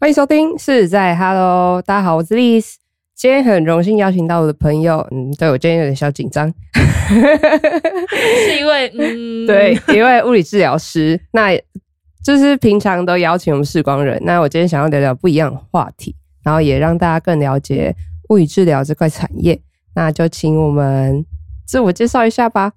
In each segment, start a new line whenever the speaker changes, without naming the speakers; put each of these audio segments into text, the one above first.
欢迎收听是在 Hello，大家好，我是 Liz。今天很荣幸邀请到我的朋友，嗯，对我今天有点小紧张，
是因 为嗯，
对，一位物理治疗师，那就是平常都邀请我们视光人，那我今天想要聊聊不一样的话题，然后也让大家更了解物理治疗这块产业，那就请我们自我介绍一下吧。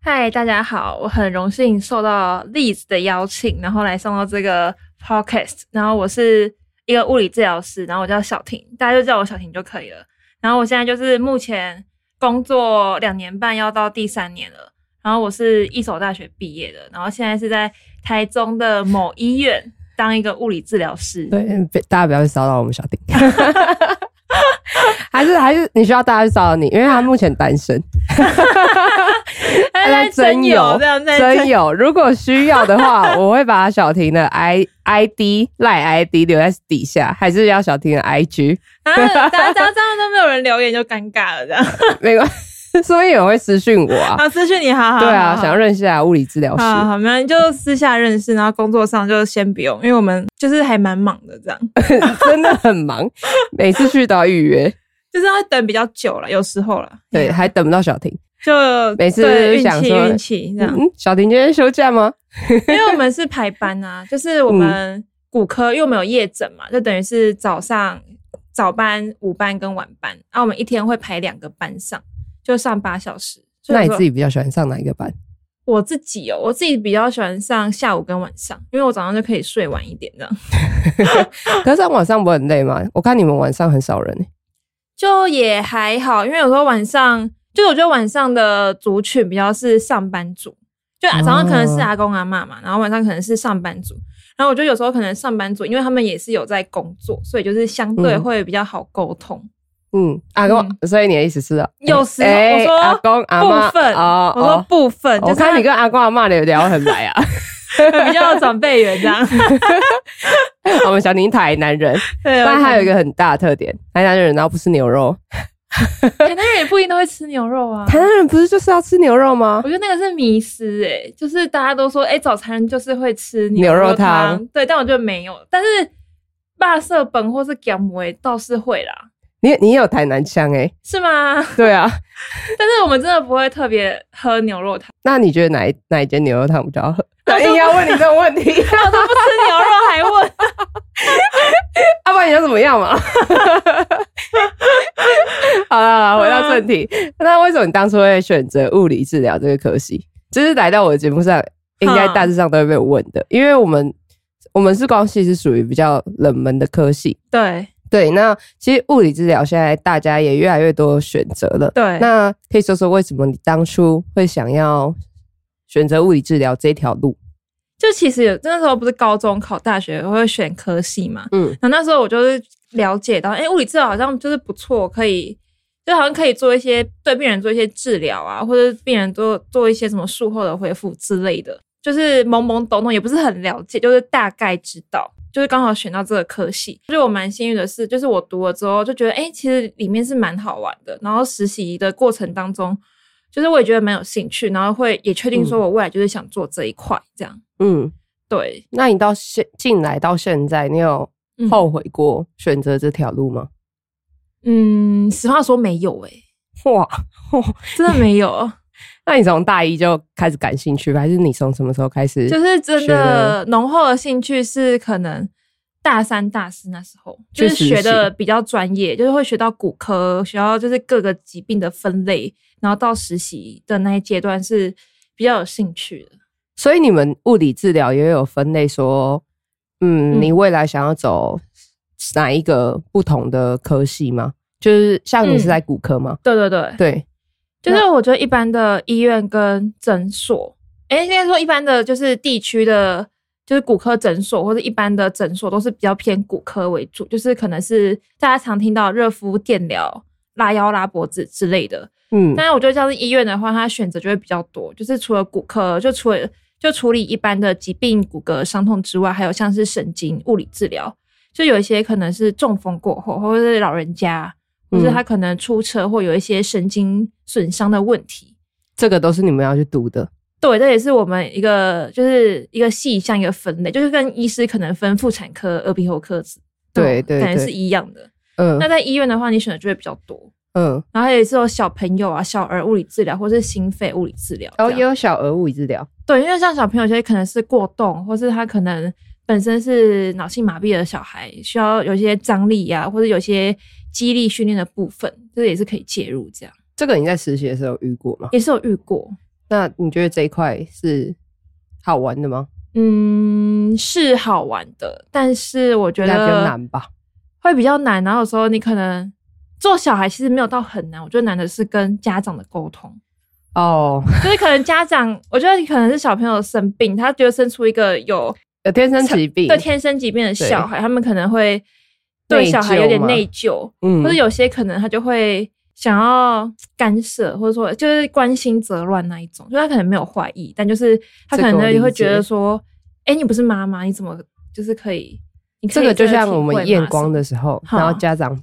嗨，大家好，我很荣幸受到 Liz 的邀请，然后来上到这个 podcast，然后我是一个物理治疗师，然后我叫小婷，大家就叫我小婷就可以了。然后我现在就是目前工作两年半，要到第三年了。然后我是一所大学毕业的，然后现在是在台中的某医院当一个物理治疗师。
对，嗯别大家不要去骚扰我们小丁。 还是还是你需要大家去骚扰你，因为他目前单身，
他哎在
哎真
征友这样在征
真有。如果需要的 话，我会把小婷的 i i d 赖 i d 留在底下，还是要小婷的 i g
啊，大家大家这样都没有人留言就尴尬了，这样。
没关 系，所以有人会私讯我啊。
好，私讯你，好好。
对啊，
好好
想要认识啊物理治疗师，
好好，没有，就私下认识，然后工作上就先不用，因为我们就是还蛮忙的，这样
真的很忙，每次去都要预 约，
就是要等比较久了，有时候了，
对，还等不到小婷。
就
每次
对
想
运气
说
运气这 样，
嗯，小婷今天休假吗？
因为我们是排班啊，就是我
嗯
们骨科，因为我们有夜诊嘛，就等于是早上早班、午班跟晚班，啊，我们一天会排两个班上，就上八小时。所以
那你
说
自己比较喜欢上哪一个班？
我自己哦，我自己比较喜欢上下午跟晚上，因为我早上就可以睡晚一点这样。
可是上晚上不会很累吗？我看你们晚上很少人欸、
就也还好，因为有时候晚上，就是我觉得晚上的族群比较是上班族，就啊
哦
早上可能是阿公阿妈嘛，然后晚上可能是上班族，然后我觉得有时候可能上班族，因为他们也是有在工作，所以就是相对
嗯
会比较好沟通。
嗯，阿公，所以你的意思是啊，
有时候
哎
我说
阿公阿妈
部分，
哦
我说
哦，
部分，就
我
是他
看你跟阿公阿妈聊聊很来啊，
比较有长辈缘这样。
我们小宁台南人，
对，
但
我
还有一个很大的特点，台南人然后不吃牛肉，
可能台南人也不一定都会吃牛肉啊。
台南人不是就是要吃牛肉吗
我？觉得那个是迷失哎、就是大家都说哎、诶早餐就是会吃
牛肉
肉
汤
对，但我觉得没有。但是霸色本或是姜母哎倒是会啦，
你你也有台南腔哎、
是吗？
对啊，
但是我们真的不会特别喝牛肉汤，
那你觉得哪一哪一间牛肉汤比较好？ 硬要问你这种问 题，
我都不吃牛肉还问，
阿啊爸你要怎么样嘛？ 好了，回到正题，那为什么你当初会选择物理治疗这个科系？就是来到我的节目上，应该大致上都会被问的，因为我们我们视光系是属于比较冷门的科系。
对
对，那其实物理治疗现在大家也越来越多选择了。
对
那可以说说为什么你当初会想要选择物理治疗这条路？
就其实有那时候不是高中考大学我会选科系嘛，
嗯，
然后那时候我就是了解到，哎、物理治疗好像就是不错，可以就好像可以做一些对病人做一些治疗啊，或者病人做做一些什么术后的恢复之类的，就是懵懵懂懂，也不是很了解，就是大概知道。就是刚好选到这个科系，就是我蛮幸运的是，就是我读了之后就觉得，哎、其实里面是蛮好玩的。然后实习的过程当中，就是我也觉得蛮有兴趣，然后会也确定说我未来就是想做这一块，这样
嗯，
对。
那你到现进来到现在，你有
嗯
后悔过选择这条路吗？
嗯，实话说没有诶、欸
哇，
真的没有，
那你从大一就开始感兴趣吧，还是你从什么时候开始？
就是真
学了
的浓厚的兴趣是可能大三、大四那时候，
去
就是学
实习
的比较专业，就是会学到骨科，学到就是各个疾病的分类，然后到实习的那一阶段是比较有兴趣的。
所以你们物理治疗也有分类说，嗯，
嗯
你未来想要走哪一个不同的科系吗？就是像你是在骨科吗？
对对对，
对，
就是我觉得一般的医院跟诊所，诶，应该说一般的就是地区的，就是骨科诊所或者一般的诊所都是比较偏骨科为主，就是可能是大家常听到热敷、电疗、拉腰、拉脖子之类的。
嗯，
但是我觉得像是医院的话，它选择就会比较多，就是除了骨科，就除了就处理一般的疾病、骨骼伤痛之外，还有像是神经物理治疗，就有一些可能是中风过后，或者是老人家，
嗯
或者是他可能出车祸有一些神经损伤的问题。
这个都是你们要去读
哦
的。
对，这也是我们一个就是一个细项一个分类，就是跟医师可能分妇产科、耳鼻喉科
对对
感觉
对
是一样的。
嗯
那在医院的话，你选的就会比较多，
嗯，
然后也是有小朋友啊、小儿物理治疗或是心肺物理治疗这
然后哦
样。
也有小额物理治疗，
对，因为像小朋友有些可能是过动，或是他可能本身是脑性麻痹的小孩，需要有一些张力呀、或者有些激励训练的部分，这也是可以介入。这样
这个你在实习的时候有遇过吗？
也是有遇过，
那你觉得这一块是好玩的吗？
嗯，是好玩的，但是我觉
应该比较
得
难吧？
会比较难。然后有时候你可能做小孩其实没有到很难，我觉得难的是跟家长的沟通。
哦，
就是可能家长，我觉得可能是小朋友生病，他觉得生出一个有
有天生疾病，
对天生疾病的小孩，他们可能会
内
对
疚
小孩有点
吗
内疚，
嗯
或者有些可能他就会想要干涉，或者说就是关心责乱那一种，就他可能没有坏意，但就是他可
这个我
能
理
也
解
会觉得说，哎、你不是妈妈，你怎么就是可以？你可
这
以
个就像
体会
我
吗
们验光的，时候，
哈
然后家长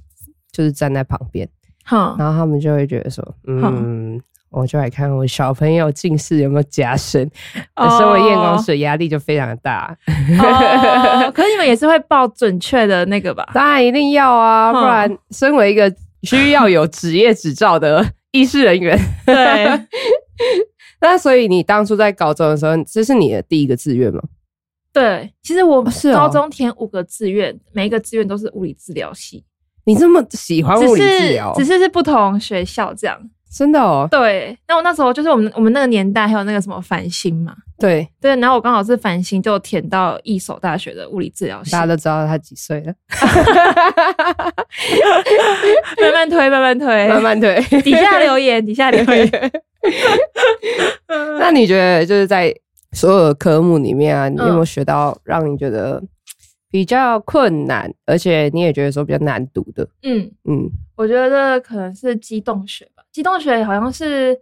就是站在旁边，
什么 哼，
然后他们就会觉得说，嗯，我就来看我小朋友近视有没有加深，
哦
身为验光师压力就非常大，
哦，可是你们也是会报准确的那个 吧？
当然一定要啊，
哈
不然身为一个需要有职业执照的医师人员，
对，
那所以你当初在高中的时候，这是你的第一个志愿吗？
对，其实我
是哦
高中填五个志愿，每一个志愿都是物理治疗系，
你这么喜欢啊物
只
理治
是
疗，
只是是不同学校这样。
真的哦，
对，那我那时候就是我们我们那个年代还有那个什么繁星嘛，
对，
对，然后我刚好是繁星就填到一所大学的物理治疗系，
大家都知道他几岁了，
慢慢推慢慢推，
慢慢对。
底下留言底下留言，
那你觉得就是在所有的科目里面啊，你有没有
嗯
学到让你觉得比较困难，而且你也觉得说比较难读的？
嗯，
嗯，
我觉得可能是机动学吧，机动学好像是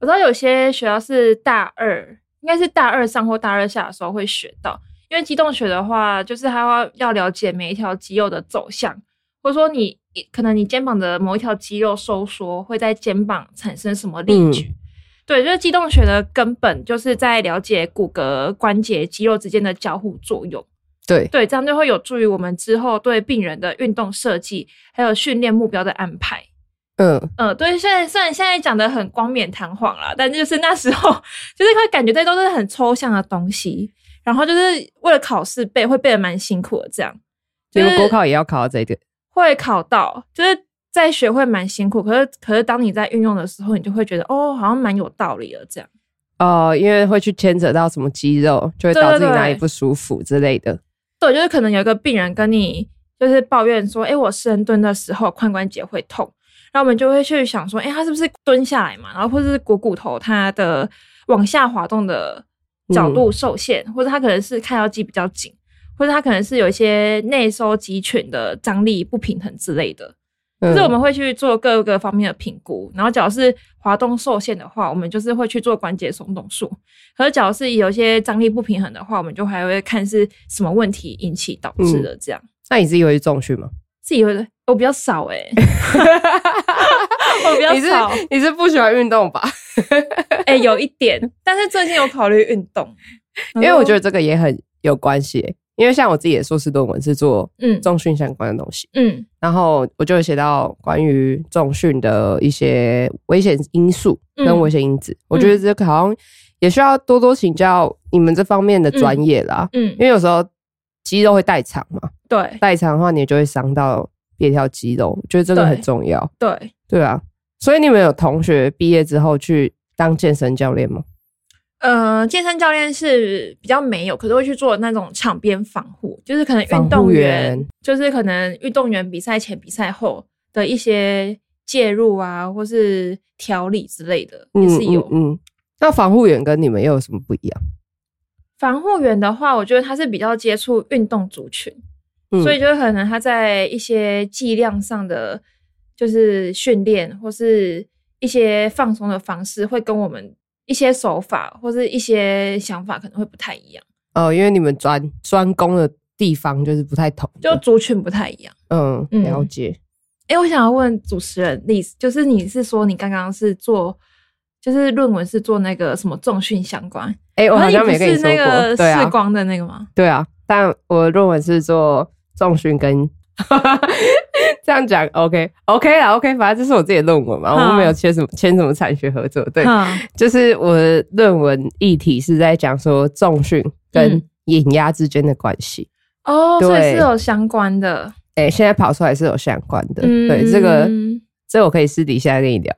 我知道有些学校是大二，应该是大二上或大二下的时候会学到，因为机动学的话，就是它要了解每一条肌肉的走向，或者说你可能你肩膀的某一条肌肉收缩会在肩膀产生什么力矩。对，就是机动学的根本就是在了解骨骼、关节、肌肉之间的交互作用。
对，
对，这样就会有助于我们之后对病人的运动设计，还有训练目标的安排。
嗯，
呃，对，虽然虽然现在讲的很光冕堂皇啦，但就是那时候就是会感觉这都是很抽象的东西，然后就是为了考试背，会背的蛮辛苦的，这样
结
就是
果国考也要考到这一点，
会考到，就是在学会蛮辛苦，可是可是当你在运用的时候，你就会觉得哦，好像蛮有道理的这样。
哦，因为会去牵扯到什么肌肉，就会
对
导致
对
你
对
哪里不舒服之类的。
对，就是可能有一个病人跟你就是抱怨说，哎，我深蹲的时候髋关节会痛，然后我们就会去想说，哎，他是不是蹲下来嘛？然后或者是股骨头它的往下滑动的角度受限，或者他可能是髂腰肌比较紧，或者他可能是有一些内收肌群的张力不平衡之类的。
嗯
就是我们会去做各个方面的评估，然后假如是滑动受限的话，我们就是会去做关节松动术；可是假如是有一些张力不平衡的话，我们就还会看是什么问题引起导致
嗯
的。这样、
那你自己会去重训吗？
自己会我比较少 哎、我比较
你是
少
你是不喜欢运动吧？
哎、有一点，但是最近有考虑运动，
因
嗯
为我觉得这个也很有关系欸、因为像我自己的硕士论文是做
嗯
重训相关的东西，
嗯
然后我就有写到关于重训的一些危险因素跟
嗯
危险因子。我觉得这个好像也需要多多请教你们这方面的专业啦，
嗯
因，为有时候肌肉会代偿嘛，
对
代偿的话你就会伤到别条肌肉，我觉得这个
对
很重要。
对，
对啊，所以你们有同学毕业之后去当健身教练吗？
呃，健身教练是比较没有，可是会去做那种场边防护，就是可能
防护
运动员，
员
就是可能运动员比赛前、比赛后的一些介入啊，或是调理之类的，也是有。
嗯嗯嗯那防护员跟你们又有什么不一样？
防护员的话，我觉得他是比较接触运动族群，
嗯
所以就是可能他在一些剂量上的就是训练，或是一些放松的方式，会跟我们一些手法或是一些想法可能会不太一样，
哦，因为你们专专攻的地方就是不太同的，
就族群不太一样。
嗯，
嗯
了解。
哎、我想要问主持人丽，就是你是说你刚刚是做，就是论文是做那个什么重训相关？
哎、我
可
好
是
像没
不
跟你
是
说
那
过，
个
对
视
啊，
光的那个吗？
对啊。但我的论文是做重训 跟这样讲 OK OK 啦 OK，反正这是我自己的论文嘛，
嗯
我没有签什么签什么产学合作，对，
嗯
就是我的论文议题是在讲说重训跟
嗯
眼压之间的关系。
哦，所以
对
是有相关 的，
哎、现在跑出来是有相关的，对这个，
嗯
这我可以私底下跟你 聊。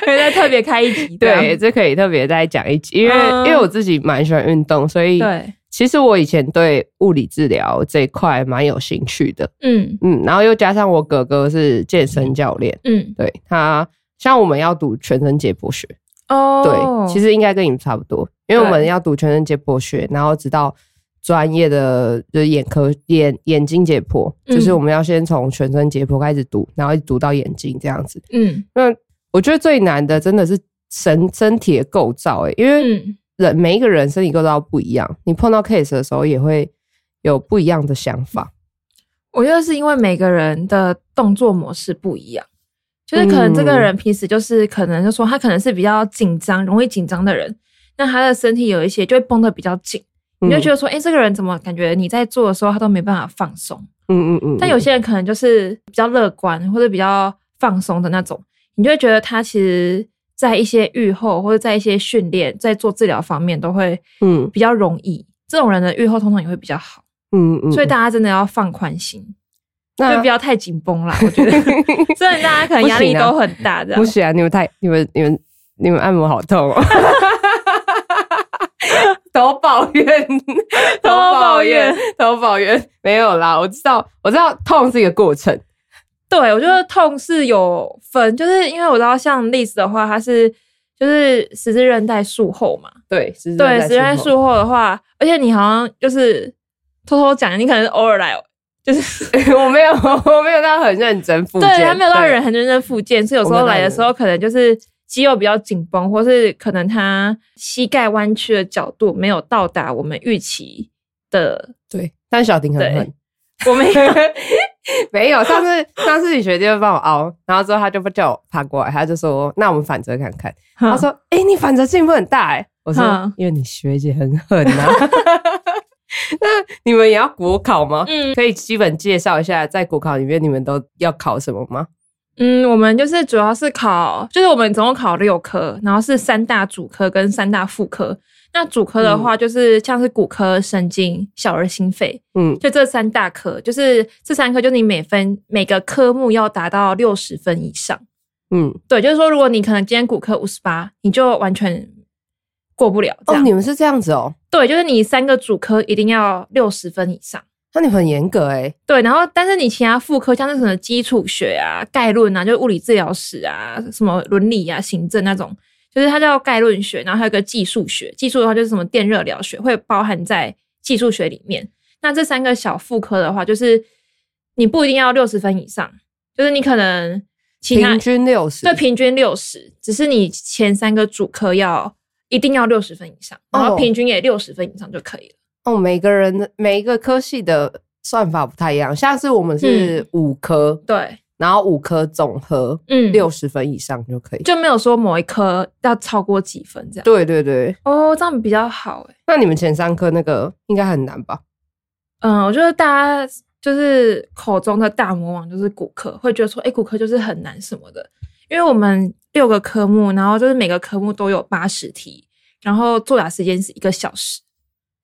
可以再特别开一集，
对，这可以特别再讲一集，因为、
啊嗯
因为我自己蛮喜欢运动，所以
对，
其实我以前对物理治疗这一块蛮有兴趣的，
嗯
嗯，然后又加上我哥哥是健身教练，
嗯，
对他像我们要读全身解剖学，
哦，
对，其实应该跟你们差不多，因为
对
我们要读全身解剖学，然后直到专业的就是眼科眼眼睛解剖，
嗯
就是我们要先从全身解剖开始读，然后一直读到眼睛这样子。
嗯
那我觉得最难的真的是身身体的构造、欸，因为
嗯
人、每一个人身体构造不一样，你碰到 case 的时候也会有不一样的想法。
我觉得是因为每个人的动作模式不一样，就是可能这
嗯
个人平时就是可能就说他可能是比较紧张、容易紧张的人，那他的身体有一些就会绷得比较紧，你就
得，
觉得说，哎、这个人怎么感觉你在做的时候他都没办法放松？
嗯嗯嗯，
但有些人可能就是比较乐观或者比较放松的那种，你就会觉得他其实在一些愈后或者在一些训练、在做治疗方面都会
嗯
比较容易。这种人的愈后通常也会比较好，
嗯嗯，
所以大家真的要放宽心，
那
就不要太紧绷啦。我觉得， 虽然大家可能压力都很大的
啊 不，行啊！你们太你们你们你们按摩好痛哦， 都抱怨，都抱怨，都抱怨，没有啦！我知道，我知道痛是一个过程，
对我觉得痛是有分，就是因为我知道像例子的话，它是就是十字韧带术后嘛，
对，实
对，实在术后的话，而且你好像就是偷偷讲，你可能偶尔来，就是
我没有，我没有到很认真复健，
对他没有到人很认真复健，所以有时
我
候
们
来的
来
时候可能就是肌肉比较紧绷，或是可能他膝盖弯曲的角度没有到达我们预期的，
对，但小婷很狠。
我们
没有， 上次上次你学弟就帮我凹，然后之后他就不叫我爬过来，他就说：“那我们反折看看。”他说：“哎、你反折进步很大哎、我说：“
嗯
因为你学姐很狠啊。” 那你们也要国考吗？
嗯
可以基本介绍一下，在国考里面你们都要考什么吗？
嗯，我们就是主要是考，就是我们总共考六科，然后是三大主科跟三大副科。那主科的话，就是像是骨科、神经、小儿心肺，
嗯
就这三大科，就是这三科，就是你每分每个科目要达到六十分以上。
嗯，
对，就是说，如果你可能今天骨科五十八，你就完全过不了这
哦，
样。
你们是这样子哦，
对，就是你三个主科一定要六十分以上。
那你们很严格哎、
对，然后但是你其他副科，像是什么基础学啊、概论啊，就是物理治疗史啊、什么伦理啊、行政那种，就是它叫概论学，然后还有个技术学，技术的话就是什么电热疗学，会包含在技术学里面。那这三个小副科的话，就是你不一定要六十分以上，就是你可能其他
平均六十，
对平均六十，只是你前三个主科要一定要六十分以上，然后
哦
平均也六十分以上就可以了。
哦，每个人的每一个科系的算法不太一样，下次我们是五科，
对，
然后五科总和
嗯，
六十分以上就可以。
就没有说某一科要超过几分这样。
对对对，
哦，这样比较好哎。
那你们前三科那个应该很难吧？
嗯，我觉得大家就是口中的大魔王就是骨科，会觉得说，哎、骨科就是很难什么的，因为我们六个科目，然后就是每个科目都有八十题，然后作答时间是一个小时。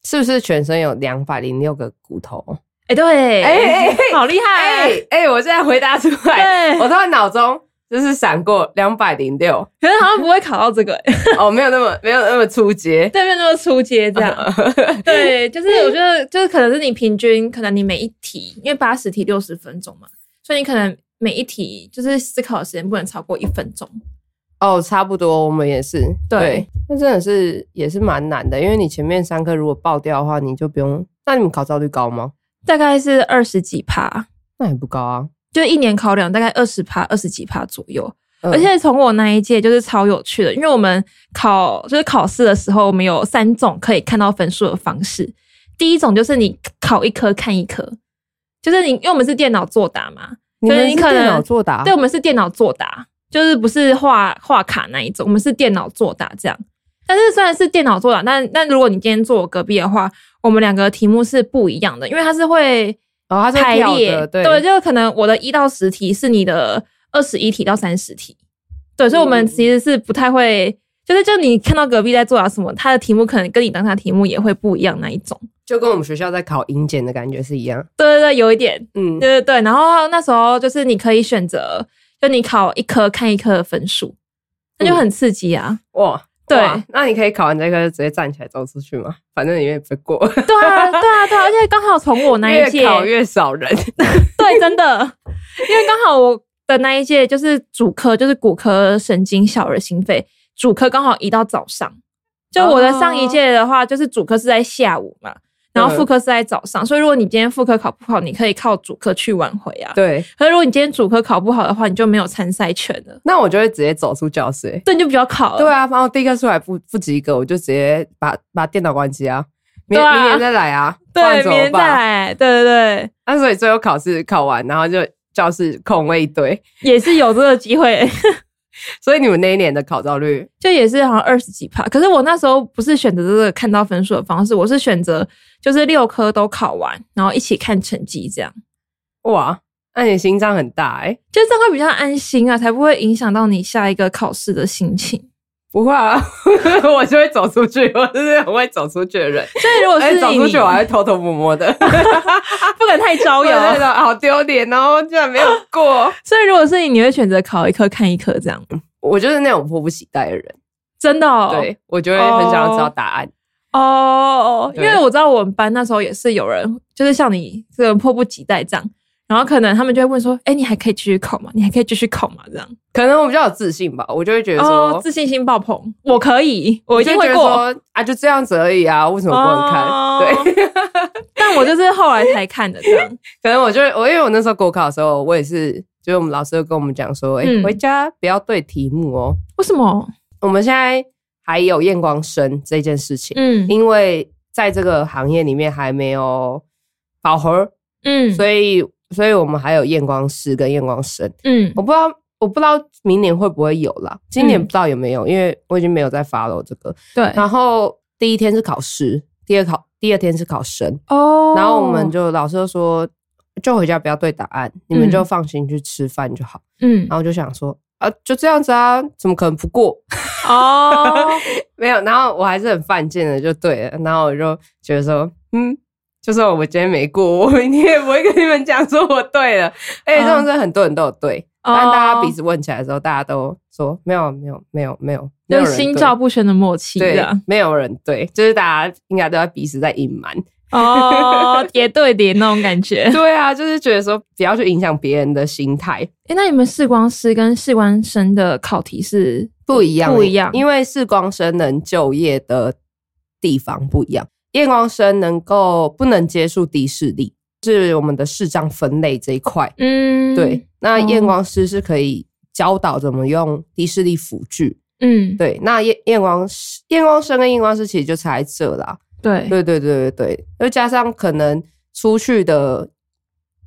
是不是全身有两百零六个骨头？
哎、对，
哎哎哎
好厉害、
哎
欸！
哎、我现在回答出来，
对，
我突然脑中就是闪过两百零六，
可是好像不会考到这个、欸，
哦，没有那么没有那么出街，
对啊面那么出街这样。 对，就是我觉得，就是可能是你平均，可能你每一题，因为八十题六十分钟嘛，所以你可能每一题就是思考的时间不能超过一分钟。
哦，差不多，我们也是
对，
那真的是也是蛮难的，因为你前面三科如果爆掉的话，你就不用。那你们考照率高吗？
大概是二十几趴，
那也不高啊，
就一年考两，大概二十趴、二十几趴左右。
嗯
而且从我那一届就是超有趣的，因为我们考就是考试的时候，我们有三种可以看到分数的方式。第一种就是你考一科看一科，就是你因为我们是电脑作答嘛，
你们
所以
是
你可能
电脑作答，哦
对，我们是电脑作答，就是不是画画卡那一种，我们是电脑作答这样。但是虽然是电脑做的，但但如果你今天坐我隔壁的话，我们两个题目是不一样的，因为它是会
哦，它是
排
跳
列，
的，对，
就可能我的一到十题是你的二十一题到三十题，对，所以我们
嗯
其实是不太会，就是就你看到隔壁在做啊什么，他的题目可能跟你当下题目也会不一样那一种，
就跟我们学校在考英检的感觉是一样。
对对对，有一点，
嗯，
对对对，然后那时候就是你可以选择，就你考一科看一科的分数，那
嗯
就很刺激啊。
哇，
对
哇那你可以考完这科直接站起来走出去吗？反正你也不过，
对啊，对啊，对啊，而且刚好从我 那一届
越，考越少 人。
对，真的，因为刚好我的那一届就是主科，就是骨科、神经、小儿心肺，主科刚好移到早上。就我的上一届的话，就是主科是在下午嘛，然后
哦嗯
副科是在早上，所以如果你今天副科考不好，你可以靠主科去挽回啊。
对，
可是如果你今天主科考不好的话，你就没有参赛权了，
那我就会直接走出教室、欸
对，你就比较考了。
对啊，反正我第一个出来不不及格，我就直接把把电脑关机啊，明、
对啊
明年再来啊，不然
对，
怎
明
么
天再
办？
来，对对
那、所以最后考试考完，然后就教室空位一堆，
对，也是有这个机会，
所以你们那一年的考照率，
就也是好像二十几趴。可是我那时候不是选择这个看到分数的方式，我是选择就是六科都考完，然后一起看成绩，这样
哇，那你心脏很大哎、
就这样会比较安心啊，才不会影响到你下一个考试的心情。
不会啊， 我就会走出去，我就是很会走出去的 人。
所以如果是
哎，
你，啊
走出去我还会偷偷摸摸 的，
不敢太 招
我有那
摇。
种好丢脸哦，居然没有 过。
所以如果是你，你会选择考一科看一科这样，
我就是那种迫不及待的人，
真的、哦。
对我就会很想要知道答案。
哦，因
对
为我知道我们班那时候也是有人，就是像你这个迫不及待这样，然后可能他们就会问说：“哎、你还可以继续考吗？你还可以继续考吗？”这样，
可能我比较有自信吧，我就会觉得
哦
说，，
自信心爆棚，我可以，我一定会
就觉
过。哦
得说啊，就这样子而已啊，为什么 不能看？对，
对， 但我就是后来才看的这样。
可能我就我因为我那时候国考的时候，我也是，就是我们老师就跟我们讲说，哎、
嗯
回家不要对题目哦。
为什么？
我们现在还有验光生这件事情，
嗯
因为在这个行业里面还没有饱和，
嗯
所以所以我们还有验光师跟验光生。
嗯
我不知道，我不知道明年会不会有啦，今年不知道有没有，因为我已经没有在 follow 这个。
嗯对
然后第一天是考试，第二考第二天是考生，
哦
然后我们就老师就说，就回家不要对答案，你们就放心去吃饭就好。
嗯
然后我就想说，啊，就这样子啊，怎么可能不过？
哦
没有，然后我还是很犯贱的，就对了。然后我就觉得说，嗯，就算我今天没过，我明天也不会跟你们讲说我对了。而且这种事很多人都有对，
嗯哦
但大家彼此问起来的时候，大家都说没有，没有，没有，没有，没有人
就是
对
心照不宣的默契这
对
样。，
没有人对，就是大家应该都在彼此在隐瞒。
哦，叠对叠那种感觉。
对啊，就是觉得说不要去影响别人的心态，
哎、那你们视光师跟视光生的考题是
不一样，
不一样
因为视光生能就业的地方不一样，验光生能够不能接触低视力，是我们的视障分类这一块。
嗯，
对，，那
哦
验光师是可以教导怎么用低视力辅具。
嗯，
对，那验验光师、验光生跟验光师其实就差在这啦。
对，
对对对对对，又加上可能出去的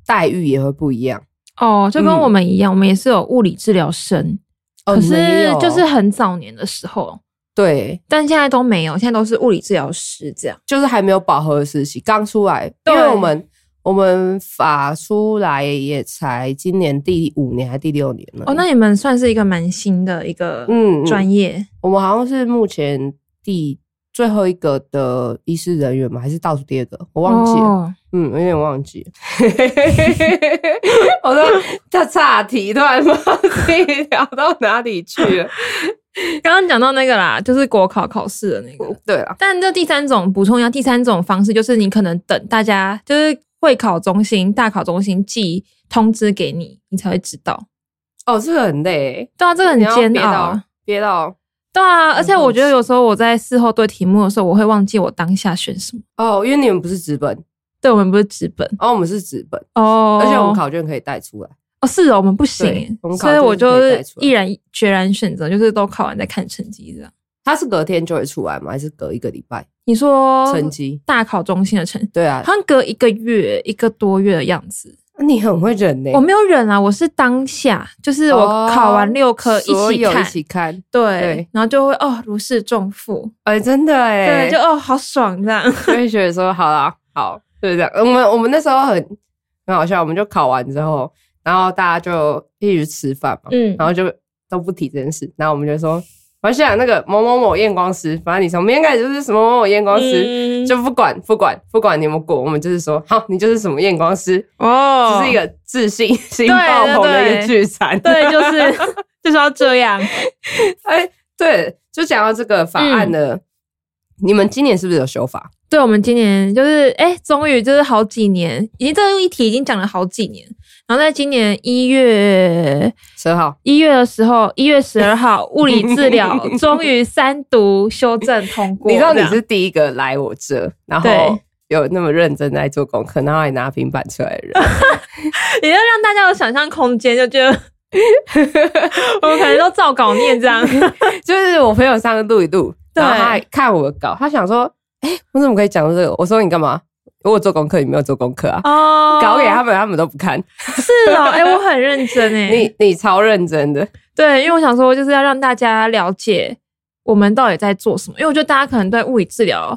待遇也会不一样。
哦，就跟
嗯
我们一样，我们也是有物理治疗生，
哦
可
你们也
是
有
就是很早年的时候，
对，
但现在都没有，现在都是物理治疗师这样。
就是还没有饱和的时期，刚出来，因为
对
我们我们法出来也才今年第五年还是第六年呢。
哦，那你们算是一个蛮新的一个
嗯嗯
专业，
我们好像是目前第最后一个的医师人员嘛，还是倒数第二个？我忘记了，
哦
嗯，有点忘 记了。我说他岔题，突然不知道自己聊到哪里去了。
刚刚讲到那个啦，就是国考考试的那个，
对啊了，
但这第三种补充一下，第三种方式就是你可能等大家就是会考中心、大考中心寄通知给你，你才会知道。
哦，这个很累欸，
对啊，这个很
你要
煎
憋
熬
到。憋到
对啊，而且
很
我觉得
好
有时候我在事后对题目的时候，我会忘记我当下选什么。
哦，因为你们不是纸本，
对，我们不是纸本
哦，我们是纸本，
哦，
而且我们考卷可以带出来。
哦是哦，我们不行
对
耶
我们，考
所以我
卷是
就
可以
是
带出来
毅然决然选择，就是都考完再看成绩这样。
他是隔天就会出来吗？还是隔一个礼拜
你说
成绩？
大考中心的成，
对啊
好，像隔一个月、一个多月的样子。
你很会忍呢、
我没有忍啊，我是当下，就是我
哦
考完六科一
所
起
有
看，
一起看，
对，
对
然后就会哦如释重负，
哎、真的哎、
对， 就哦好爽这样。
就会觉得说好啦，好，就是这样。我们我们那时候很很好笑，我们就考完之后，然后大家就一起去吃饭嘛，
嗯
然后就都不提这件事，然后我们就说，我想那个某某某验光师，反正你从明天开始就是什么某某验光师。
嗯
就不管不管不管你有没有过，我们就是说好，你就是什么验光师，这、
哦，
是一个自信心爆棚的一个聚餐。
对，就是 就是要这样。
哎，对，就讲到这个法案的，你们今年是不是有修法？
对，我们今年就是哎，终于就是好几年，已经这一题已经讲了好几年，然后在今年一月
十号，
一月的时候，一月十二号，物理 治疗终于三读修正通过。
你知道你
这样
是第一个来我这，然后
对
有那么认真在做功课，然后还拿平板出来的人，
你要让大家有想象空间，就觉得我们可能都照稿念 这样。
就是我朋友上次录一录，
对
然后他还看我的稿，他想说，哎、我怎么可以讲到这个？我说你干嘛？我有做功课，你没有做功课啊？
哦
稿给他们，他们都不看。
是哦，哎、我很认真哎。
你你超认真的，
对，因为我想说，就是要让大家了解我们到底在做什么。因为我觉得大家可能对物理治疗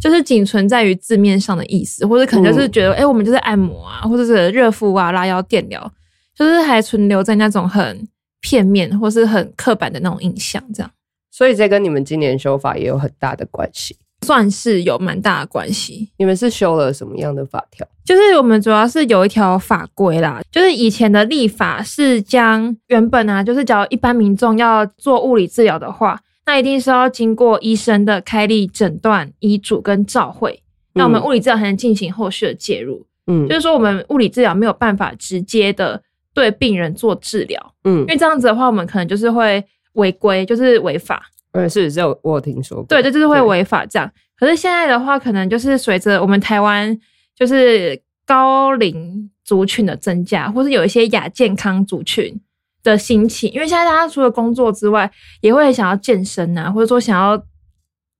就是仅存在于字面上的意思，或者可能就是觉得，哎、我们就是按摩啊，或者是热敷啊、拉腰、电疗，就是还存留在那种很片面或是很刻板的那种印象，这样
所以这跟你们今年修法也有很大的关系。
算是有蛮大的关系。
你们是修了什么样的法条？
就是我们主要是有一条法规啦，就是以前的立法是将原本啊，就是只要一般民众要做物理治疗的话，那一定是要经过医生的开立诊断、医嘱跟照会，那我们物理治疗才能进行后续的介入。
嗯
就是说，我们物理治疗没有办法直接的对病人做治疗，
嗯
因，为这样子的话，我们可能就是会违规，就是违法。
嗯，是是有我有听说过，
对，这就是会违法这样。可是现在的话，可能就是随着我们台湾就是高龄族群的增加，或是有一些亚健康族群的兴起，因为现在大家除了工作之外，也会想要健身啊，或者说想要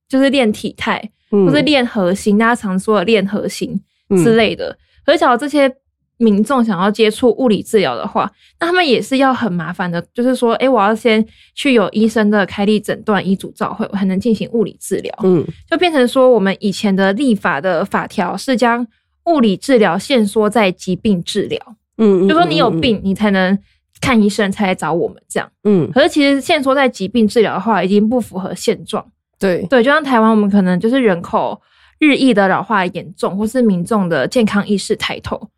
就是练体态，
嗯，
或是啊练核心，大家常说的练核心
嗯
之类的。可是，假如这些民众想要接触物理治疗的话，那他们也是要很麻烦的，就是说，哎、我要先去有医生的开立诊断、医嘱照会，我才能进行物理治疗。
嗯
就变成说，我们以前的立法的法条是将物理治疗限缩在疾病治疗，
嗯，
就说你有
嗯，
病，你才能看医生，才来找我们这样。
嗯，嗯
可是其实限缩在疾病治疗的话，已经不符合现状。
对，
对，就像台湾，我们可能就是人口日益的老化严重，或是民众的健康意识抬头。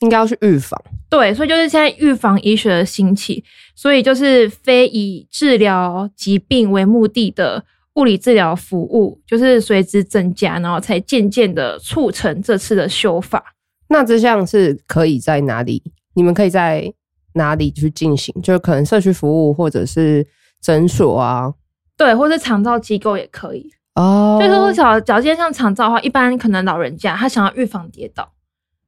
应该要去预防，
对，所以就是现在预防医学的兴起，所以就是非以治疗疾病为目的的物理治疗服务，就是随之增加，然后才渐渐的促成这次的修法。
那这项是可以在哪里？你们可以在哪里去进行？就是可能社区服务或者是诊所啊。
对，或是长照机构也可以。
哦，
所以说，小假如今天像长照的话，一般可能老人家他想要预防跌倒，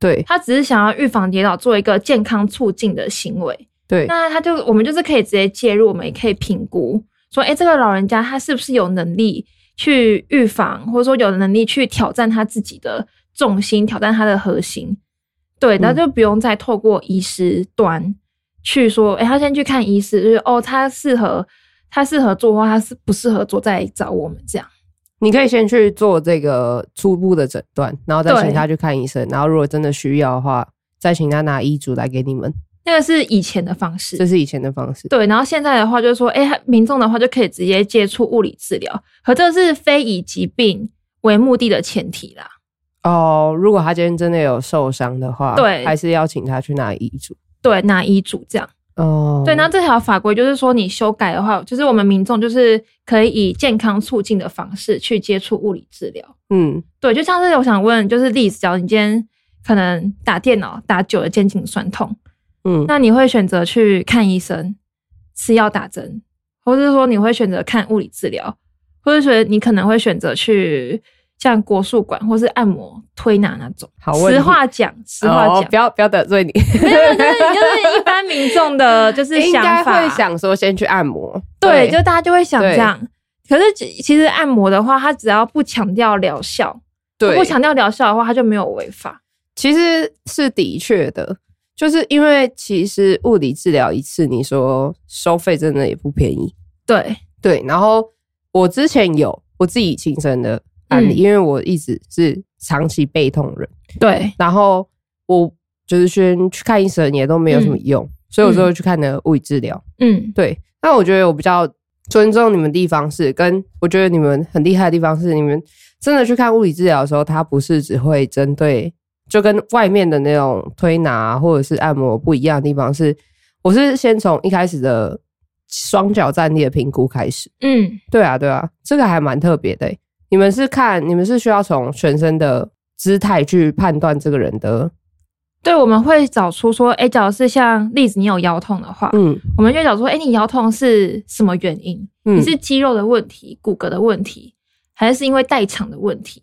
对
他只是想要预防跌倒，做一个健康促进的行为。
对，
那他就我们就是可以直接介入，我们也可以评估说，哎、这个老人家他是不是有能力去预防，或者说有能力去挑战他自己的重心，挑战他的核心。
嗯
对，那就不用再透过医师端去说，哎、他先去看医师，就是哦，他适合他适合做，或他是不适合做，再找我们这样。
你可以先去做这个初步的诊断，然后再请他去看医生，然后如果真的需要的话，再请他拿医嘱来给你们。
那个是以前的方式，
这是以前的方式。
对，然后现在的话就是说，哎、民众的话就可以直接接触物理治疗，和这是非以疾病为目的的前提啦。
哦，如果他今天真的有受伤的话，
对
还是要请他去拿医嘱。
对，拿医嘱这样。
哦，
对，那这条法规就是说，你修改的话，就是我们民众就是可以以健康促进的方式去接触物理治疗。
嗯，
对，就像是我想问，就是例子，假如你今天可能打电脑打久了肩颈酸痛，
嗯，
那你会选择去看医生、吃药打针，或是说你会选择看物理治疗，或者说你可能会选择去像国术馆或是按摩、推拿那种。
好问题
实话讲，实话
哦
讲，
不要不要得罪你，
没有，就是就是一般民 众的，就是
应
想
该
法
会想说先去按摩。
对，就大家就会想
对
这样。可是其其实按摩的话，它只要不强调疗效，
对，
不强调疗效的话，它就没有违法。
其实是的确的，就是因为其实物理治疗一次，你说收费真的也不便宜。
对，
对，然后我之前有我自己亲身的案例，
嗯
因为我一直是长期背痛人，
对，
然后我就是先去看医生也都没有什么用，所以我就去看了物理治疗。
嗯，
对，那我觉得我比较尊重你们的地方是，跟我觉得你们很厉害的地方是，你们真的去看物理治疗的时候，它不是只会针对就跟外面的那种推拿、或者是按摩不一样的地方是，我是先从一开始的双脚站立的评估开始。
嗯，
对啊，对啊，这个还蛮特别的欸。你们是看，你们是需要从全身的姿态去判断这个人的，
对，我们会找出说，哎，假如是像例子，你有腰痛的话，
嗯
我们就会找出，哎，你腰痛是什么原因？
嗯
你是肌肉的问题、骨骼的问题，还是因为代偿的问题？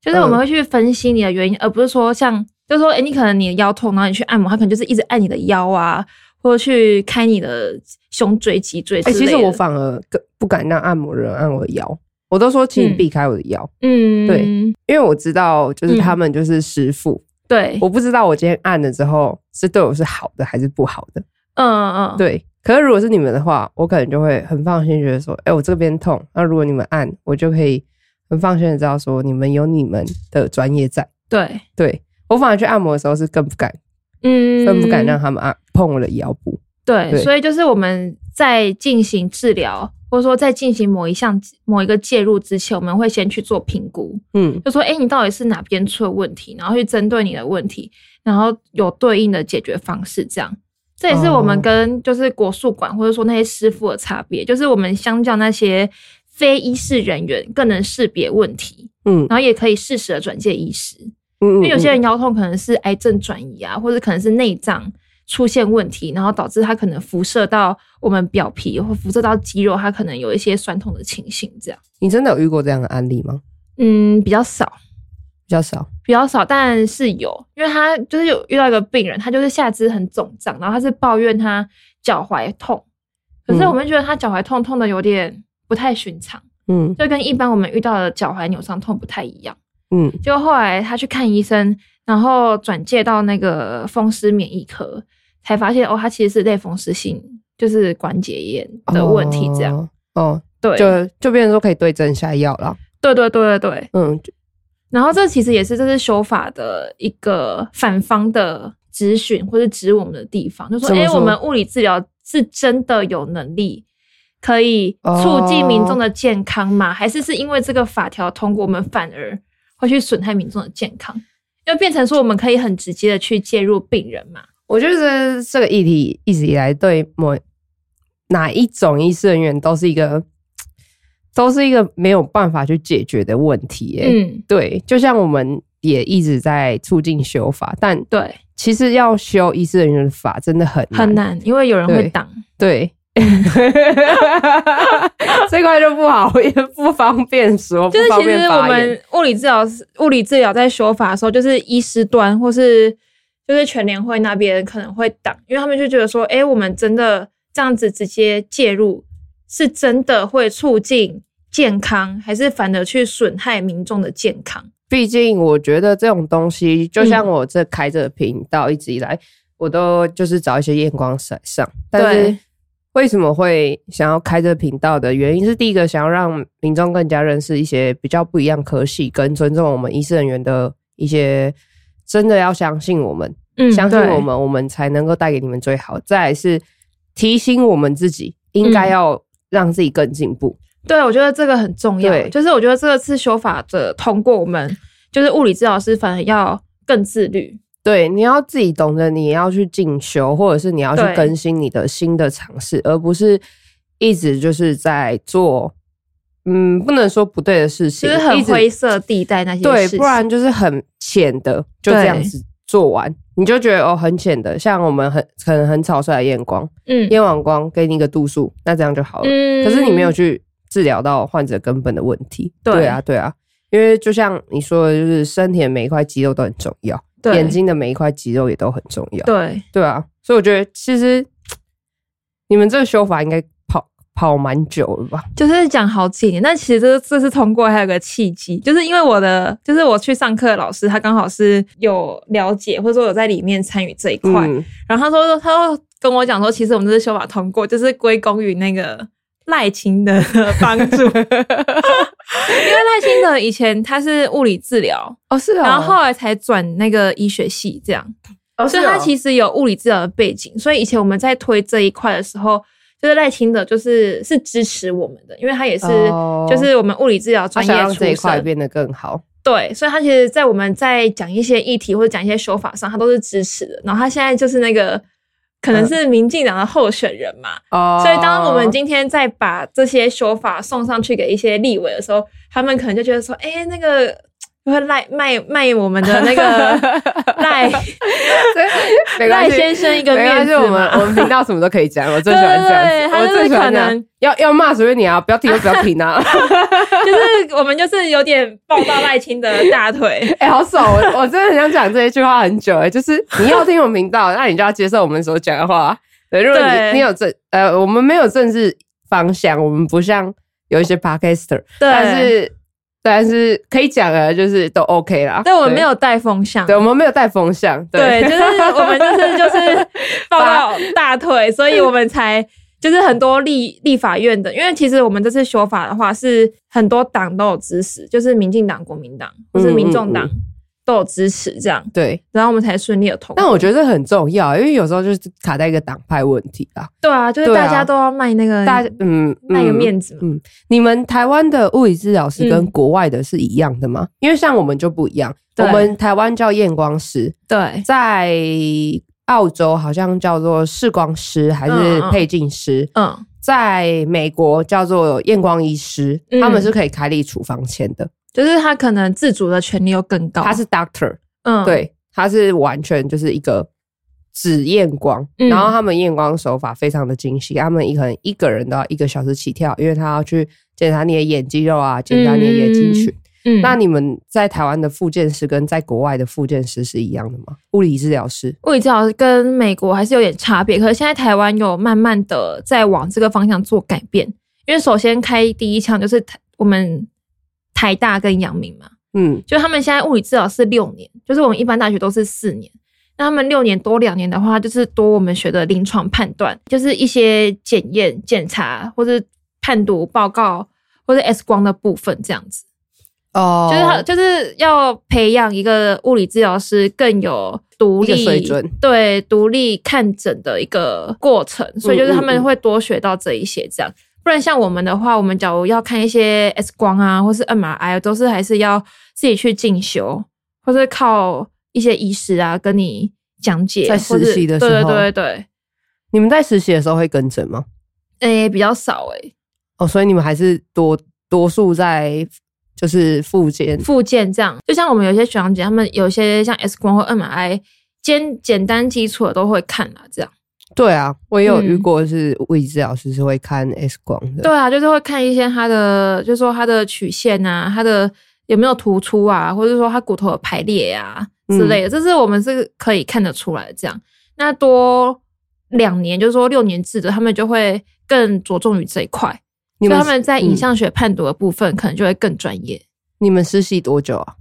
就是我们
嗯
会去分析你的原因，而不是说像，就是说，哎、你可能你的腰痛，然后你去按摩，它可能就是一直按你的腰啊，或者去开你的胸椎、脊椎之
哎、
类的。
其实我反而更不敢让按摩人按我的腰，我都说请你
嗯
避开我的腰，
嗯，
对因为我知道就是他们就是师傅，
对，
我不知道我今天按了之后是对我是好的还是不好的。
嗯嗯，
对，可是如果是你们的话，我可能就会很放心，觉得说，哎、我这边痛，那如果你们按，我就可以很放心的知道说你们有你们的专业在。
对，
对我反而去按摩的时候是更不敢，
嗯，
更不敢让他们按碰我的腰部。
对，
对
所以就是我们在进行治疗，或者说在进行某一项某一个介入之前，我们会先去做评估。
嗯
就说，哎、你到底是哪边出了问题，然后去针对你的问题，然后有对应的解决方式，这样。这也是我们
哦
跟就是国术馆或者说那些师傅的差别，就是我们相较那些非医师人员更能识别问题，
嗯
然后也可以适时的转介医师。
嗯，
因为有些人腰痛可能是癌症转移啊，或者可能是内脏出现问题，然后导致它可能辐射到我们表皮或辐射到肌肉，它可能有一些酸痛的情形。这样，
你真的有遇过这样的案例吗？
嗯，比较少。
比较少。
比较少，但是有，因为他就是有遇到一个病人，他就是下肢很肿胀，然后他是抱怨他脚踝痛，可是
嗯
我们觉得他脚踝痛痛的有点不太寻常，
嗯
就跟一般我们遇到的脚踝扭伤痛不太一样。
嗯
结果后来他去看医生，然后转介到那个风湿免疫科，才发现哦，他其实是类风湿性就是关节炎的问题，这样、
哦哦，
对，
就就变成说可以对症下药了。
对对对对对。
嗯，就
然后这其实也是这是修法的一个反方的质询或者指我们的地方，就说
怎
哎、
么
诶
说
我们物理治疗是真的有能力可以促进民众的健康吗？还是是因为这个法条通过，我们反而会去损害民众的健康？就变成说我们可以很直接的去介入病人嘛？
我觉得这个议题一直以来对某哪一种医师人员都是一个都是一个没有办法去解决的问题、耶。
嗯，
对，就像我们也一直在促进修法，但
对，
其实要修医师人员的法真的很难。
很难，因为有人会
对
挡。
对， 这块就不好，也不方便说，
就是
不方
其实
便
我
发言。
们物理治疗师、物理治疗在修法的时候，就是医师端或是就是全联会那边可能会挡，因为他们就觉得说，哎、我们真的这样子直接介入，是真的会促进健康，还是反而去损害民众的健康？
毕竟我觉得这种东西，就
嗯
像我这开着频道一直以来，我都就是找一些验光骰上，但是
对。
为什么会想要开这个频道的原因是，第一个想要让民众更加认识一些比较不一样科系，跟尊重我们医师人员的一些，真的要相信我们，
嗯
相信我，们，我们才能够带给你们最好。再来是提醒我们自己，应该
嗯
要让自己更进步。
对，我觉得这个很重要。
对
就是我觉得这次修法的通过，我们就是物理治疗师反而要更自律。
对，你要自己懂得，你要去进修，或者是你要去
对
更新你的新的尝试，而不是一直就是在做，嗯，不能说不对的事
就
情，
是很
一直
灰色地带那些
对
事，情，
不然就是很浅的，就这样
对
子做完，你就觉得哦很浅的，像我们很可能很草率的验光，
嗯
验完光给你一个度数，那这样就好了。
嗯
可是你没有去治疗到患者根本的问题，
对
对啊，对啊，因为就像你说的，就是身体的每一块肌肉都很重要。
对
眼睛的每一块肌肉也都很重要。
对，
对啊，所以我觉得其实你们这个修法应该跑跑蛮久了吧？
就是讲好几年，但其实这这次通过还有个契机，就是因为我的，就是我去上课的老师，他刚好是有了解或者说有在里面参与这一块，
嗯，
然后他说他又跟我讲说，其实我们这次修法通过，就是归功于那个赖 清德的帮助，因为赖清德以前他是物理治疗，
哦是哦，
然后后来才转那个医学系这样。
哦
所以他其
实
实有物理治疗的背景，所以以前我们在推这一块的时候，就是赖清德就是是支持我们的，因为他也是、
哦
就是我们物理治疗
他
专
想
业
让这一
出
块
身，
变得更好，
对，所以他其实，在我们在讲一些议题或者讲一些手法上，他都是支持的。然后他现在就是那个可能是民进党的候选人嘛，
嗯哦
所以当我 们今天再把这些说法送上去给一些立委的时候，他们可能就觉得说，哎、那个。会赖卖卖我们的那个 赖
没
赖
关系，
先生一个
没
面
关系，
子
我们
嘛
我们频道什么都可以讲，我最喜欢这样
对
子，
对对
我最喜欢这
他就是可
样
能。
要要骂随便你啊，不要停就不要停啊！。
就是我们就是有点抱到赖清德的大腿
哎、好爽！我我真的很想讲这一句话很久哎、就是你要听我们频道，那你就要接受我们所讲的话。对，如果
对
你你有政呃，我们没有政治方向，我们不像有一些 podcaster，但是但是可以讲啊，就是都 OK 啦。
但我们没，有带风向。
对我们没有带风向，
对，就是我 们就是就是抱到大腿，所以我们才就是很多立立法院的，因为其实我们这次修法的话，是很多党都有支持，就是民进党、国民党或是民众党
嗯
都有支持这样，
对。
然后我们才顺利的通过。
但我觉得这很重要，因为有时候就是卡在一个党派问题啦。
对啊，就是
对啊
大家都要卖那个
大家嗯，
卖个
嗯
面子嘛。
你们台湾的物理治疗师跟国外的是一样的吗？因为像我们就不一样，我
嗯对
们台湾叫验光师，
对
在澳洲好像叫做视光师还是
嗯嗯
配镜师，
嗯，
在美国叫做验光医师，
嗯
他们是可以开立处方签的，
就是他可能自主的权利又更高。
他是 doctor，、
哦嗯，
对，他是完全就是一个。只验光，
嗯
然后他们验光手法非常的精细，他们一可能一个人都要一个小时起跳，因为他要去检查你的眼肌肉啊，检查你的眼睛群，
嗯，
那你们在台湾的复健师跟在国外的复健师是一样的吗？物理治疗师
物理治疗跟美国还是有点差别，可是现在台湾有慢慢的在往这个方向做改变。因为首先开第一枪就是台我们台大跟阳明嘛，
嗯，
就他们现在物理治疗是六年，就是我们一般大学都是四年，那他们六年多两年的话，就是多我们学的临床判断，就是一些检验、检查或是判读报告或者 X 光的部分这样子。
哦
就是他就是要培养一个物理治疗师更有独
一个
立
水准
对独立看诊的一个过程，
嗯
所以就是他们会多学到这一些这样。不然像我们的话，我们假如要看一些 X 光啊，或是 MRI，都是还是要自己去进修，或是靠一些医师啊跟你讲解。
在
或
实
是
习的时候
对对对对，
你们在实习的时候会跟诊吗？
诶、比较少诶、
哦，所以你们还是多多数在就是复健
附件这样，就像我们有些学长姐，他们有些像 X 光或 MRI，简简单基础的都会看啦，这样。
对啊，我也有
嗯
遇过是物理治疗师是会看 X 光的，
对啊，就是会看一些它的，就是说它的曲线啊，它的有没有突出啊，或者说它骨头的排列啊之类的，这是我们是可以看得出来的这样。那多两年，就是说六年制的，他们就会更着重于这一块，
你
所以
们
他们在影像学判读的部分可能就会更专业。
你们实习多久啊？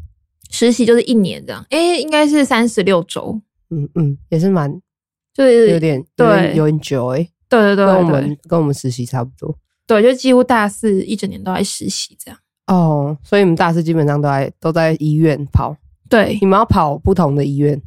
实习就是一年这样，诶、应该是三十六周，
嗯嗯，也是蛮
就是
有点有
对
点有点久哎、
对对对
跟我
对
们跟我们实习差不多
对，就几乎大四一整年都在实习这样。
哦，所以你们大四基本上都在都在医院跑，
对，
你们要跑不同的医院。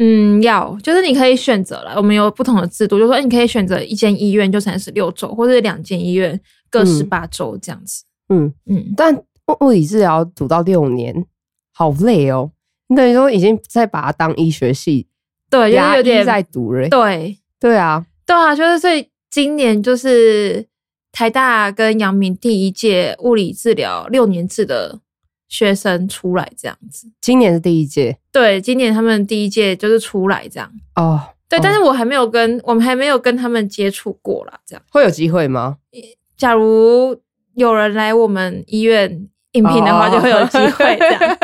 嗯，要就是你可以选择了，我们有不同的制度，就是说你可以选择一间医院就三十六周，或者两间医院各
嗯
十八周这样子。
嗯，
嗯，
但物物理治疗读到六年，好累哦。你等于说已经在把它当医学系，
对，就是
牙
有
医
点
在读了欸。
对
对啊，
对啊，就是所以今年就是台大跟阳明第一届物理治疗六年制的学生出来这样子。
今年是第一届
对，今年他们第一届就是出来这样。
哦。
对，
哦
但是我还没有跟我们还没有跟他们接触过啦，这样。
会有机会吗？
假如有人来我们医院应聘的话，
哦
就会有机会 这样。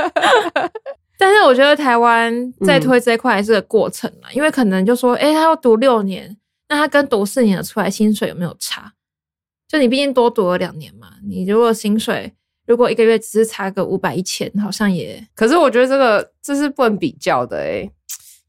但是我觉得台湾在推这一块还是个过程啦，因为可能就说，哎、他要读六年，那他跟读四年的出来薪水有没有差？就你毕竟多读了两年嘛，你如果薪水如果一个月只是差个五百一千，好像也
可是我觉得这个这是不能比较的哎、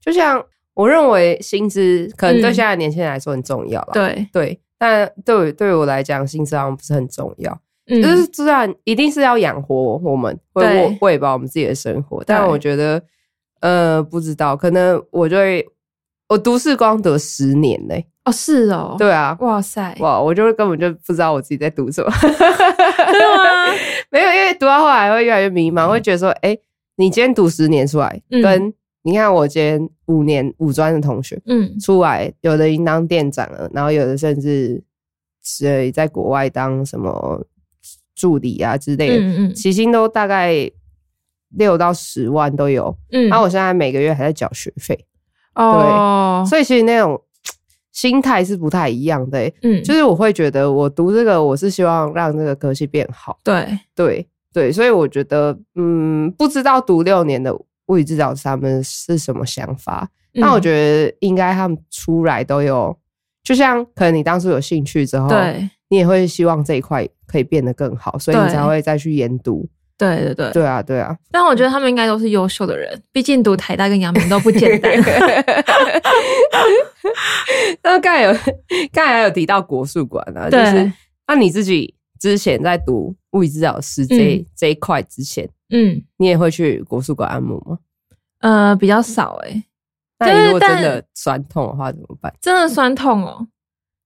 就像我认为薪资可能对
嗯
现在的年轻人来说很重要啦，
对，
对，但对我对我来讲，薪资好像不是很重要，
嗯，
就是自然一定是要养活我们，喂
对
喂喂饱我们自己的生活，但
对
我觉得呃不知道，可能我就会我读士光读十年嘞、
哦是哦，，
对啊，
哇塞，
哇，我就根本就不知道我自己在读什么。
真的吗？
没有，因为读到后来会越来越迷茫，会觉得说，哎、你今天读十年出来，
嗯
跟你看我今天五年五专的同学
嗯
出来，有的已经当店长了，然后有的甚至呃在国外当什么助理啊之类的，
嗯嗯
起薪都大概六到十万都有。
嗯，
然后我现在每个月还在缴学费，
哦，
所以其实那种心态是不太一样的、欸
嗯，
就是我会觉得我读这个，我是希望让这个科系变好。
对，
对对，所以我觉得，嗯，不知道读六年的物理治疗师他们是什么想法。那我
得
觉得应该他们出来都有，就像可能你当初有兴趣之后，
对
你也会希望这一块可以变得更好，所以你
对
才会再去研读。
对对对，
对啊，对啊，
但我觉得他们应该都是优秀的人，毕竟读台大跟阳明都不 简单。
那刚才有刚才还有提到国术馆啊，就
对
是那你自己之前在读物理治疗师这一、这一块之前，
嗯，
你也会去国术馆按摩吗？
呃，比较少哎、
那你如果
就是
真
但
的酸痛的话怎么办？
真的酸痛哦。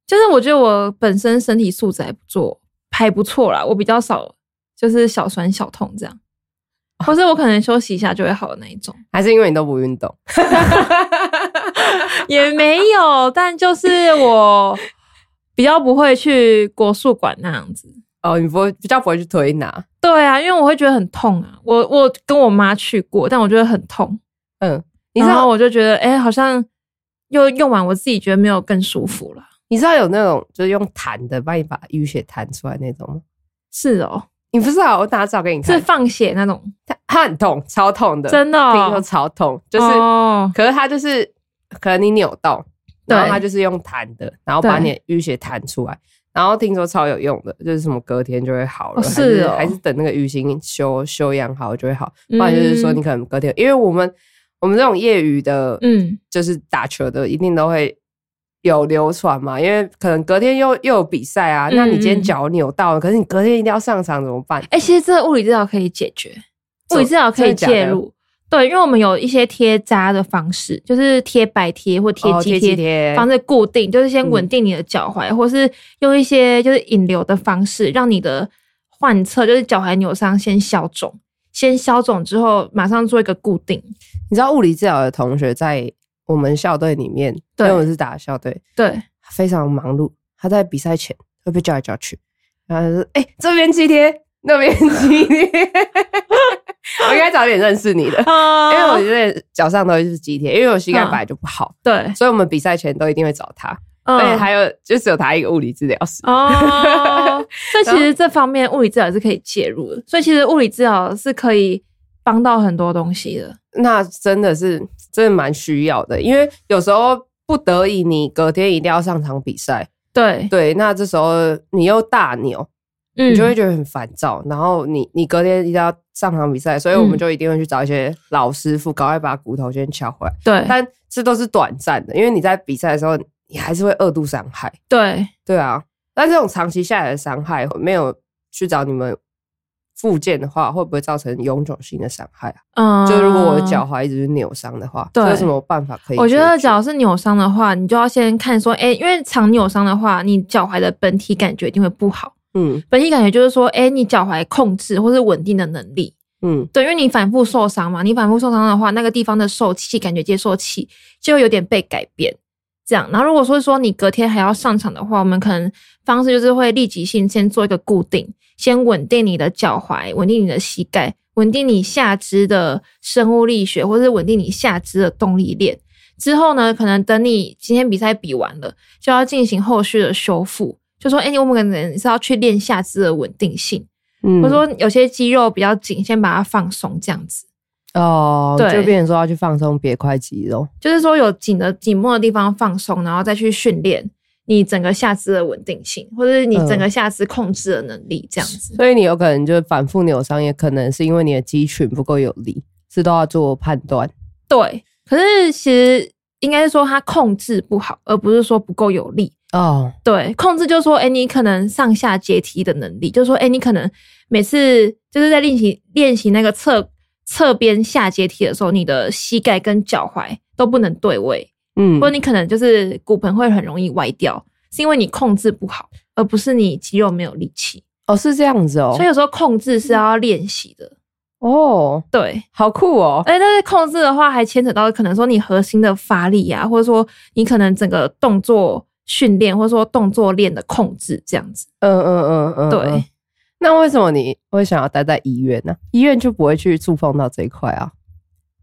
就是我觉得我本身身体素质还不错，还不错啦，我比较少就是小酸小痛这样，或是我可能休息一下就会好的那一种，
还是因为你都不运动？
也没有，但就是我比较不会去国术馆那样子。
哦，你不会比较不会去推拿？
对啊，因为我会觉得很痛啊。我我跟我妈去过，但我觉得很痛。
嗯，你知
然后
道
我就觉得，哎、好像又用完，我自己觉得没有更舒服了。
你知道有那种就是用弹的帮你把淤血弹出来那种吗？
是哦，
你不知道，我打照给你
是
看，
放血那种，
它它很痛，超痛的，
真的、
听说
哦，
超痛，就是、
哦，
可是它就是可能你扭到，然后
对
它就是用弹的，然后把你
对
的淤血弹出来。然后听说超有用的，就是什么隔天就会好了，
哦
还
是哦嗯
还是等那个淤青休休养好就会好。不然就是说你可能隔天，因为我们我们这种业余的，
嗯，
就是打球的，一定都会有流传嘛，因为可能隔天又又有比赛啊，
嗯
那你今天
嗯
脚扭到了，可是你隔天一定要上场，怎么办？
哎、其实这个物理治疗可以解决，
怎
物理治疗可以
真的假
介
的
入。对，因为我们有一些贴扎的方式，就是贴白贴或贴
哦
肌
贴
贴，
肌贴
方式固定，就是先
嗯
稳定你的脚踝，或是用一些就是引流的方式，让你的患侧就是脚踝扭伤先消肿，先消肿之后马上做一个固定。
你知道物理治疗的同学在我们校队里面，因
对
为我是打校队，
对，
非常忙碌，他在比赛前会被叫来叫去，然后他就说：“哎、这边肌贴，那边肌贴。” 我应该早点认识你的。因为我
啊，
有点脚上都是肌贴，因为我膝盖本来就不好，
对，
所以我们比赛前都一定会找他，而且
嗯
还有就只有他一个物理治疗师。
哦，所以其实这方面物理治疗是可以介入的，所以其实物理治疗是可以帮到很多东西的。
那真的是真的蛮需要的，因为有时候不得已你隔天一定要上场比赛，
对，
对，那这时候你又大扭，
嗯
你就会觉得很烦躁，然后你你隔天一定要上场比赛，所以我们
嗯
就一定会去找一些老师傅，赶快把骨头先敲回来。
对
但这都是短暂的，因为你在比赛的时候你还是会二度伤害。
对，
对啊，那这种长期下来的伤害，没有去找你们复健的话，会不会造成永久性的伤害啊？
嗯，
就如果我的脚，踝一直是扭伤的话，
对
有什么办法可以？
我觉得，脚是扭伤的话，你就要先看说，哎，因为常扭伤的话，你脚踝的本体感觉一定会不好。
嗯
本体感觉就是说，哎，你脚踝控制或是稳定的能力，
嗯，
对，因为你反复受伤嘛，你反复受伤的话，那个地方的受气感觉接受器就有点被改变。这样，然后如果说说你隔天还要上场的话，我们可能方式就是会立即性先做一个固定，先稳定你的脚踝，稳定你的膝盖，稳定你下肢的生物力学，或是稳定你下肢的动力链。之后呢，可能等你今天比赛比完了，就要进行后续的修复。就说，哎，我们可能是要去练下肢的稳定性，
嗯
或者说有些肌肉比较紧，先把它放松，这样子。
哦，
对
就变成说要去放松别块肌肉，
就是说有紧的紧绷的地方放松，然后再去训练你整个下肢的稳定性，或者是你整个下肢控制的能力这样子。
所以你有可能就是反复扭伤，也可能是因为你的肌群不够有力，这都要做判断。
对，可是其实应该是说它控制不好，而不是说不够有力。
哦，
对，控制就是说，哎、你可能上下阶梯的能力，就是说，哎、你可能每次就是在练习练习那个侧侧边下阶梯的时候，你的膝盖跟脚踝都不能对位，
嗯
或者你可能就是骨盆会很容易歪掉，是因为你控制不好，而不是你肌肉没有力气。
哦，是这样子哦
所以，有时候控制是要练习的，
哦，
对。
好酷哦，
而且但是控制的话，还牵扯到可能说你核心的发力啊，或者说你可能整个动作训练，或者说动作练的控制这样子。
嗯嗯嗯嗯，
对，
嗯。那为什么你会想要待在医院呢、医院就不会去触碰到这一块啊？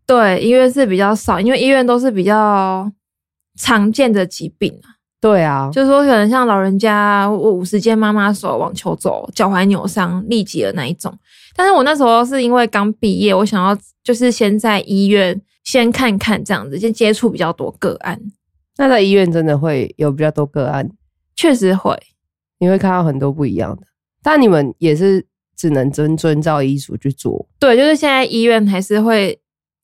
对，医院是比较少，因为医院都是比较常见的疾病啊，
对啊，
就是说可能像老人家，我五十肩妈妈手网球肘、脚踝扭伤、痢疾的那一种。但是我那时候是因为刚毕业，我想要就是先在医院先看看这样子，先接触比较多个案，
那在医院真的会有比较多个案，
确实会。
你会看到很多不一样的。但你们也是只能遵遵照医嘱去做，
对，就是现在医院还是会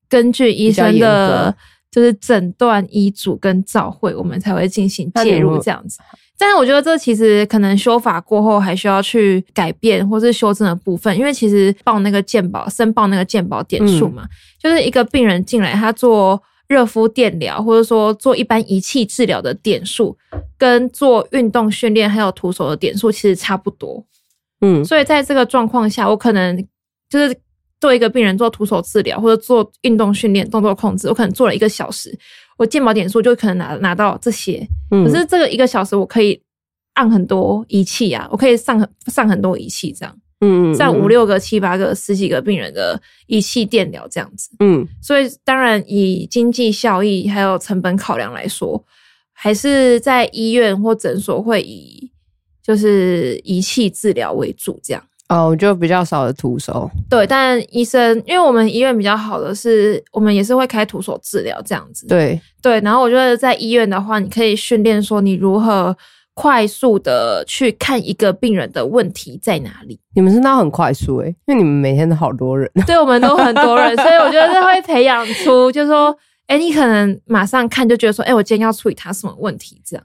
根据医生
比较严
的
格，
就是诊断、医嘱跟照会，我们才会进行介入这样子。但是我觉得这其实可能修法过后还需要去改变或是修正的部分，因为其实报那个健保申报那个健保点
嗯
数嘛，就是一个病人进来他做热敷电疗或者说做一般仪器治疗的点数，跟做运动训练还有徒手的点数其实差不多。
嗯，
所以在这个状况下，我可能就是对一个病人做徒手治疗或者做运动训练、动作控制，我可能做了一个小时，我健保点数就可能拿拿到这些。
嗯
可是这个一个小时，我可以按很多仪器啊，我可以上很上很多仪器，这样
嗯
上五，六个、七八个、十几个病人的仪器电疗这样子。
嗯
所以当然以经济效益还有成本考量来说，还是在医院或诊所会以就是仪器治疗为主这样。
哦，就比较少的徒手，
对，但医生，因为我们医院比较好的是，我们也是会开徒手治疗这样子。
对，
对，然后我觉得在医院的话，你可以训练说你如何快速的去看一个病人的问题在哪 里。
你们真的很快速诶、因为你们每天都好多人，
对，我们都很多人，所以我觉得这会培养出，就是说，哎，你可能马上看就觉得说，哎，我今天要处理他什么问题这样。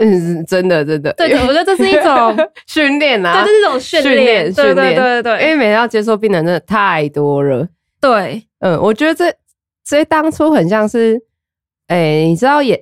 嗯，真的真的，
对，
因为
我觉得这是一 种，
训练啊，
对，这是一种训
训练
对
训
对
练
对对对，
因为每天要接受病人真的太多了。
对
嗯，我觉得这这当初很像是，哎、你知道眼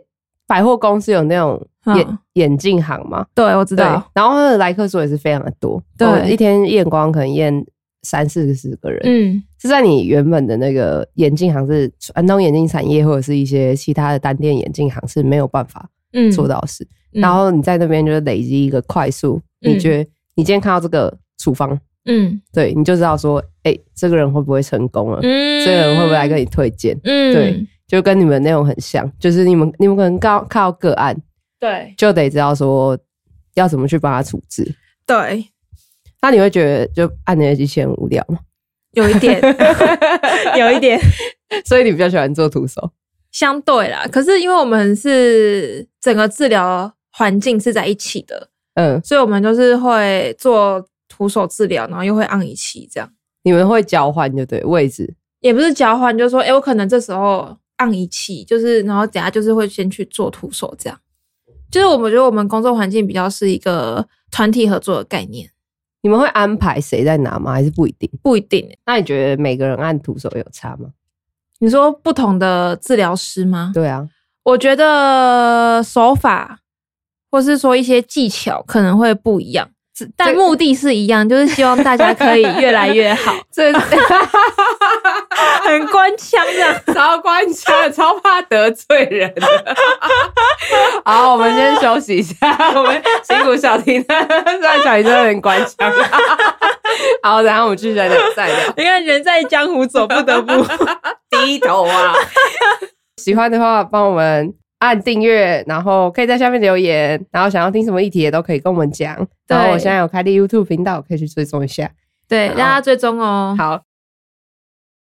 百货公司有那种
嗯
眼、眼镜行吗？
对，我知
对
道，，
然后它的来客数也是非常的多，
对
我一天验光可能验三四十个人，
嗯，
是在你原本的那个眼镜行是传统眼镜产业或者是一些其他的单店眼镜行是没有办法
嗯
做到的事，
嗯
然后你在那边就是累积一个快速，
嗯
你觉得你今天看到这个处方，
嗯
对你就知道说，哎、这个人会不会成功了，
嗯，
这个人会不会来跟你推荐，
嗯，
对就跟你们那种很像，就是你们你们可能靠靠个案
对
就得知道说要怎么去帮他处置。
对，
那你会觉得就按那些机器很无聊吗？
有一点，有一点
所以你比较喜欢做徒手？
相对啦。可是因为我们是整个治疗环境是在一起的，
嗯，
所以我们就是会做徒手治疗，然后又会按仪器，这样
你们会交换就对位置。
也不是交换，就是说，哎、我可能这时候按仪器，就是然后等下就是会先去做徒手，这样。就是我们觉得我们工作环境比较是一个团体合作的概念，
你们会安排谁在哪吗？还是不一定？
不一定、欸。
那你觉得每个人按徒手有差吗？
你说不同的治疗师吗？
对啊，
我觉得手法或是说一些技巧可能会不一样，但
这
目的是一样，就是希望大家可以越来越好，
这
很官腔这样。
超关卡，超怕得罪人的。 好，我们先休息一 下，我们辛苦小婷，虽然小婷真的很关腔。 好，然后我们继续再聊，再聊。
你看，人在江湖走，不得不
低头啊！ 喜欢的话，帮我们按订阅，然后可以在下面留言，然后想要听什么议题也都可以跟我们讲。然后我现在有开立 YouTube 频道，可以去追踪一下。
对
好
大家追踪哦。
好，